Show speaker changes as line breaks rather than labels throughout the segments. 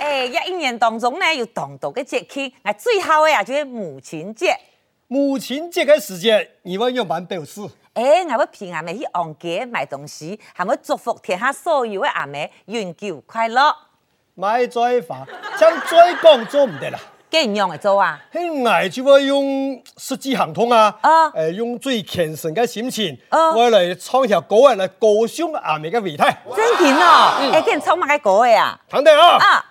哎一年当中呢，有同多嘅节气，啊，最好嘅啊就是母亲节。
母亲节的时间，你们有蛮表示。
诶，哎我要平阿妹去逛街买东西，还要祝福天下所有嘅阿妹永久快乐。
买再法，像再讲做唔得啦。
几样嘅做啊？
很爱就要用实际行动啊，
啊
呃，用最虔诚嘅心情，
啊
我来唱条歌来歌颂阿妹嘅伟大。
真甜哦！诶，见草马嘅歌嘅啊？
唐代啊。
啊，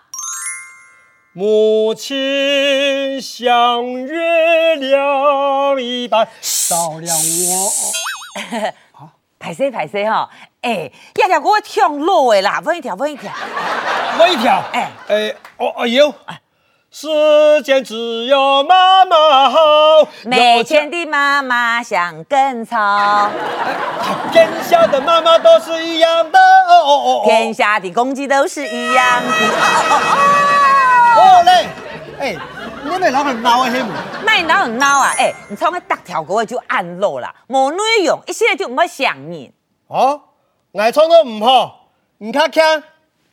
母亲像月亮一般照亮我。
排泄排泄吼！哎诶，一条歌唱路嘅啦，问一条问一条。
我一条，
哎
哎哎，哦哦有。世间只有妈妈好，
没钱的妈妈想根草，
天下的妈妈都是一样的。哦哦哦
天
哦，
下的公鸡都是一样的。
哦嘞，哎，你们老很闹啊，黑母。
那你哪有闹啊？诶，你唱个搭条歌就按路啦，冇内容，一些就唔要想你。
哦，爱唱都唔好，唔卡腔。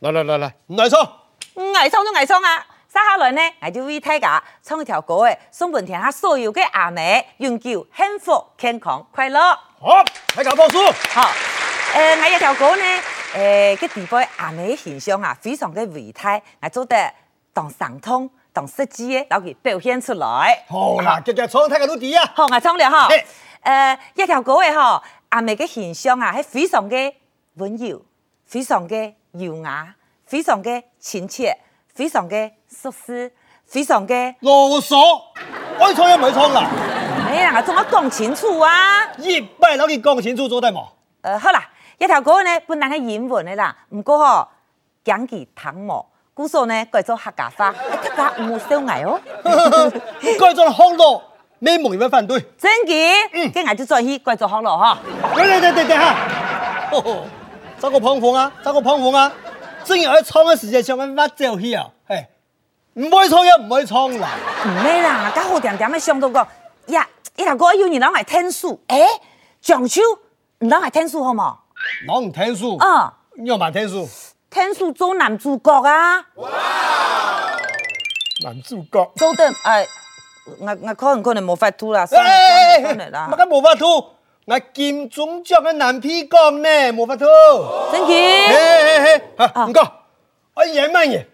来来来来，唔来唱。
嗯，爱唱就爱唱啊！接下来呢，我就为大家唱一条歌诶，送本天下所有嘅阿妹永久幸福、健康、快乐。
好，来搞报数。
好，诶、我有条歌呢，诶、呃，地方阿妹形象啊，非常嘅伟大，我做得当神通、当设计嘅，然后表现出来。
好啦，日日唱睇下都啲啊。
好，我唱了哈
嘿，
诶、一条歌嘅吼，阿妹嘅形象啊，系非常嘅温柔，非常嘅优雅，非常嘅亲切，非常嘅舒适，非常嘅，
啰嗦，我唱也唔唱啦，
哎呀，我同我讲清楚啊。
一拜攞去鋼琴做做得 冇？
呃，好啦，一條歌呢本來係英文的啦，唔過吼講起唐模，故所呢改做客家話，客家唔少藝哦。
該做好咯，你冇人反對。
真嘅，跟我就轉去改做學咯哈。
嚟嚟嚟嚟嚟哈，吼吼找個捧紅啊，找個捧紅啊，正要喺唱嘅時間上緊甩走去啊，嘿，唔可以唱也唔可以唱啦。
唔咩啦，家好點點嘅想到講，呀，一條歌要你攞嚟聽書，誒，漳州唔攞嚟聽書好冇？
我唔聽書，
啊，
你又唔聽書，
聽書做男主角啊，
男主角。
做得誒，哎我我可能可能冇法度啦，
誒
算了算了算了啦
乜。嘅冇法度？我金鐘獎嘅男配角呢，冇法度。
真
嘿
嘅。
嘿嘿，
啊
好，唔該，我演慢嘢，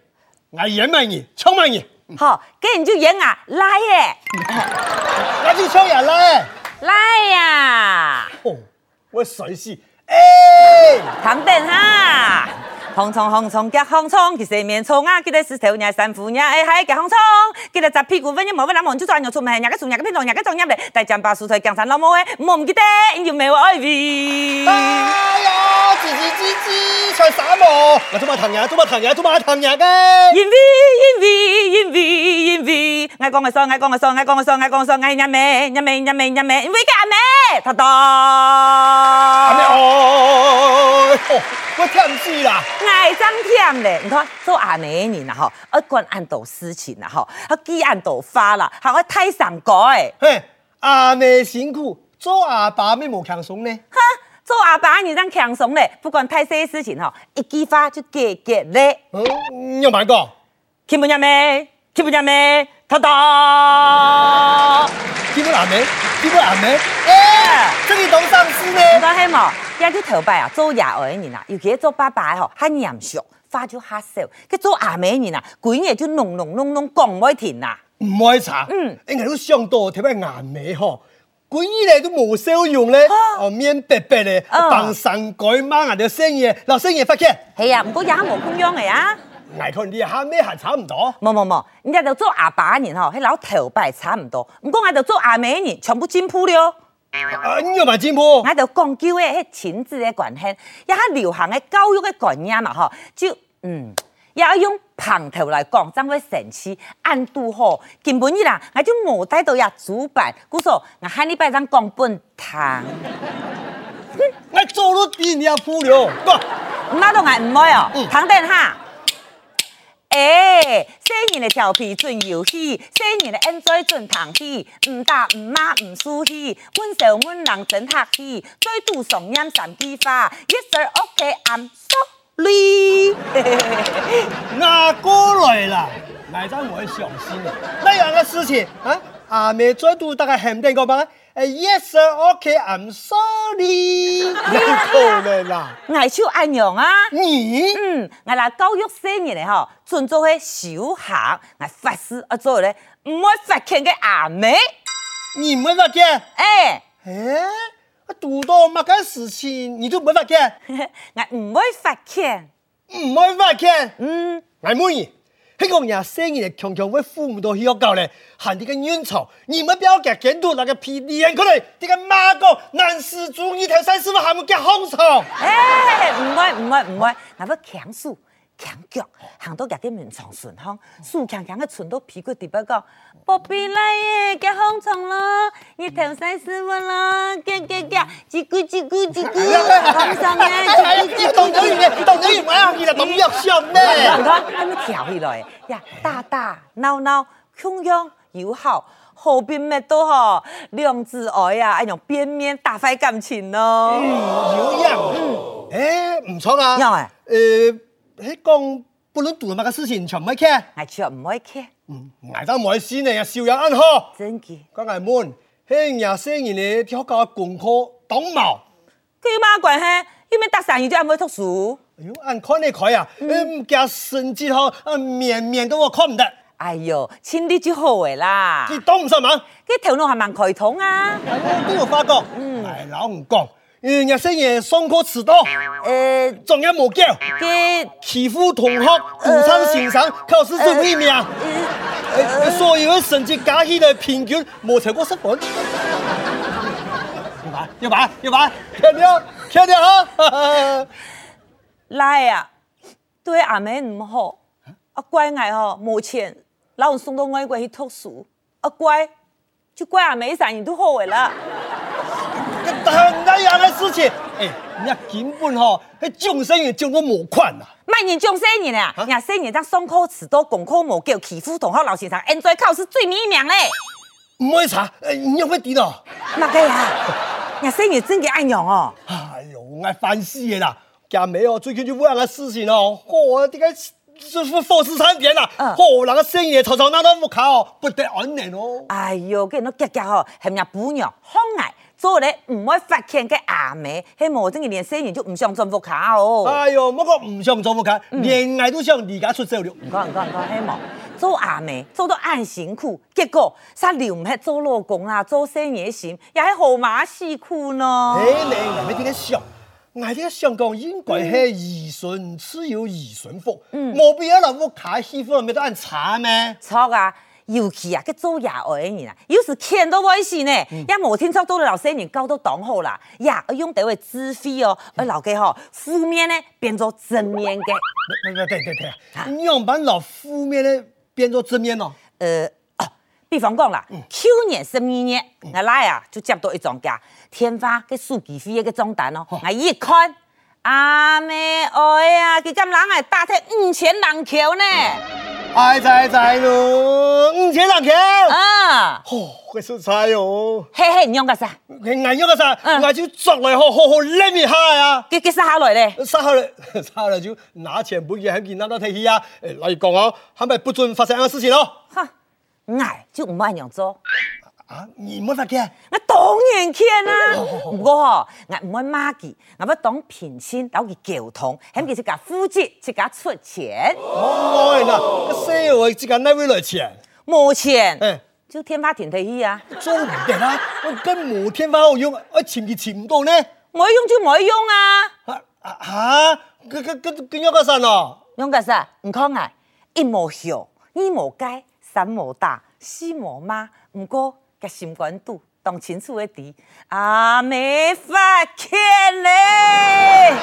我演慢嘢，唱慢嘢。
好，跟人就演啊，來耶，
我去抽人嘞。
來呀！
哦，我水系，哎、
唐等哈，红葱红葱夹红葱，其实面葱啊，记得石头伢三副伢，哎嗨夹红葱，记得扎屁股，反正冇乜人望，就算肉出门，伢个树伢个片洞伢个种伢嘞，大丈把树台江山老母诶，莫唔记得，要美我爱味。
哎呀，吱吱吱吱，唱啥么？我做乜疼人？做乜疼人？做乜疼人嘅？
因为因为因为因为，爱讲个说，爱讲个说，爱讲个说，爱讲个说，爱伢妹伢妹伢妹伢妹，因为个阿妹，他
阿妹
当。
哦，哦我听唔知啦。
爱张忝嘞，你看做阿妹的人呐吼，啊管按到事情呐吼，啊记按到花啦，还我太上过诶。
嘿，阿妹辛苦，做阿爸咩冇轻松呢？
哈，做阿爸你当强怂嘞，不管太细的事情吼，一句话就解决嘞。
嗯，有蛮讲，
听不见没？听不见没？他哒，
基本阿妹，基本阿妹，
哎，
这里当上司呢？
你讲系冇？也就头摆啊，做爷儿的人啊，尤其是做爸爸的吼，较严肃，话就较少。去做阿妹的人啊，规日就弄弄弄弄讲唔停呐。
唔愛查，
嗯
嗯，應該都上到特別眼尾吼。管以嚟都冇少用咧，哦面白白咧，
啊
扮神改媽人哋生意，老生意發嘅，
系啊，唔过也冇咁样的啊。
危佢你下咩係差唔多，
冇冇冇，人家就做阿爸的人吼，迄老头摆差唔多。唔过我就做阿妹的人，全部进步了。
啊你又咪進步，
我就讲究的迄亲子的关系，也较流行的教育的观念嘛吼，就嗯，也要用棒头来讲，怎会神奇按度好？根本伊啦，我就无带到遐主办，故说我下礼拜咱讲本堂，
我做到比你阿富了，哥，
那都我唔爱哦，堂等哈。哎，细年的调皮准游戏，细年的 enjoy 准糖戏，唔打唔骂唔输戏，阮手阮人真客气，最赌上念三句花，yes sir OK I'm so 你，
阿哥来啦，来在我小心了。那样的事情啊，阿妹最多大概肯定个吧？哎，Yes sir, OK, I'm sorry。你可能啦，
我就安样啊。
你
嗯，我啦教育四年嘞吼，准做许小行，我法师啊做咧，唔爱发现嘅阿妹，
你没法见，
诶、
哎，读到乜个事情你都没法见，
我唔爱发现，
唔没法见。
嗯，
俺妹儿，迄个廿四年强强为父母都去教咧，喊你个冤仇，你们不要给监督那个屁脸可能这个妈个男施主义条三师傅还没给红仇。
诶、唔爱唔爱唔爱，我要强树强脚，行到家嘅门床顺风，树强强嘅存到屁股底边讲，宝贝来耶，嘅空床咯，你头晒死我咯，叫叫叫，叽咕叽咕叽咕，空床啊，叽咕叽咕。
董德宇呢？董德宇，我要你来董药效
你
呢？
看，他们跳起来呀，大大闹闹，汹涌友好，后边咩都好，两只爱呀，哎用边面打发感情咯。
有样，哎，唔错啊。
有啊
呃，迄讲不论做乜个事情，全部去。
我就唔爱看，
嗯，挨到冇事呢，少有安好。
真嘅，
讲挨门，迄廿四年呢，跳教功课懂冇？
佢嘛关系，因为搭生意就唔会读书。
哎呦，俺看你开啊，嗯，加神之后，啊，面面都我看唔得，
哎哟，亲你就好嘅啦，
你懂唔上忙？
佢头脑还蛮开通啊。
我都有发觉，哎，老唔讲，嗯，日些嘢上课迟到，
呃，
仲有冇教，
佢
欺负同学，赌场先生，考试做咩命？哎所有的成绩加起来平均冇超过十分。要玩，要玩，要玩，漂亮，漂亮啊！
来啊，对阿妹唔好，啊乖我吼冇钱，老人送到外国去读书，啊乖，就怪阿妹生意都好个啦。
但那样的事情，哎，人家根本吼，迄众生也叫我冇款呐。
卖人中生人啊，
啊
廿四年当上课迟到，功课冇叫，欺负同学老先生，enjoy 考试最美名嘞。
唔可以查，呃你有咩知道？
乜个呀？廿四年真嘅爱用哦，
哎呦，我烦死的啦！假没哦，最近就为那个事情哦，嚯，这个就是佛事产品啦，
嗯
嚯，那个生意吵吵闹闹不卡哦，不得安宁哦。
哎哟，跟侬夹夹吼，系人补娘好爱，做咧唔爱发现嘅阿妹，系冇真嘅廿四年就唔想转副卡哦。嗯
哎呦，我个唔想做不卡，恋爱都想离家出走了。
唔讲唔讲唔讲，嘿冇哎做阿妹做到暗辛苦，结果煞留唔系做老公啦，做生意心，也系好马死苦呢
哎，。你我们这个想，我这个想讲应该是
嗯
儿孙自有儿孙福，冇必要让我卡媳妇，没得按查咩？
错啊！尤其啊，去做野外的人啊，有时欠都危险呢。也无听说到老些人搞到当好啦，也用到位智慧哦，而老嘅吼负面呢变做正面嘅。
对对对对对，你用把老负面的变作正面咯。
呃，哦比方讲啦，去年十二月，我来啊就接到一张假天花嘅暑期费嘅账单哦，我一看，阿妹哎呀，佢咁人系搭脱五千人口呢，
哎在在嗯咯，五千人口。
啊，
哦，个蔬菜哦，
嘿嘿，你用个啥？
佢挨咗个啥？
嗯
挨就作来好好好拎一下呀。
佢佢啥下来咧？
稍后 咧，稍后咧就拿錢本嘢喺件攬到睇起啊！誒，例如講啊，係咪不准發生咁嘅事情哦咯？
哼，我就唔愛讓做，
啊，你冇法嘅，
我當然欠啦。不過吼，我唔愛罵佢，我要當平親，到佢溝通，咁佢自家負責，自家出錢，
我愛啦，西我之間拉回來錢，
冇錢
嗯
就天花田地去啊，
做唔得啦，我跟冇天花好用，我潛佢潛唔到呢。
冇用就冇用啊。
啊啊嚇！佢佢佢佢有個神哦，
用個啥？唔看啊，一無曉，二無解，三無打，四無罵，唔過佢心肝肚，當清楚的底，啊，沒法欠嘞。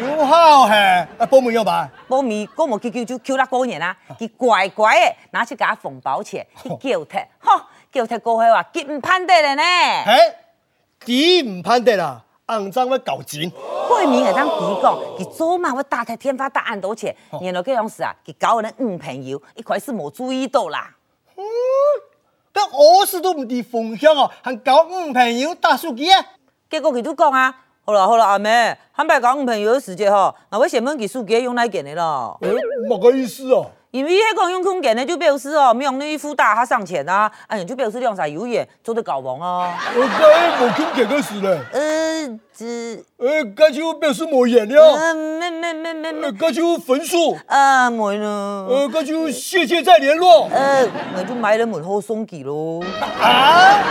有好係，啊報門有吧？
我咪我冇叫叫就叫那个人啊，佢乖乖的拿去给他缝包起，去叫他，吼，叫他过去话，佢唔判得了呢。
嘿，啲唔判得啦，硬爭乜舊錢。
外面嘅人比讲，佢做嘛会打他天花打暗到钱，然后嗰样事啊，佢搞人女朋友，一开始冇注意到啦。
但我是都唔知方向哦，還搞五朋友打手機啊！
结果佢就讲啊，好啦好啦，阿妹，坦白讲，朋友時節吼，我想問技術機用哪件的咯？
哎，冇个意思哦。
因为迄个用空件的就表示哦，没用那一副大他上前啊，哎呀，就表示两啥油盐做得搞忙哦。
我该冇听见个事嘞。
呃，这，
哎，该就表示冇演了。
呃，没没没没
呃，
没，
该就分数。
啊，没呢，
呃，该就
哎
谢谢再联络。
呃，我就买了门后送给咯。
啊？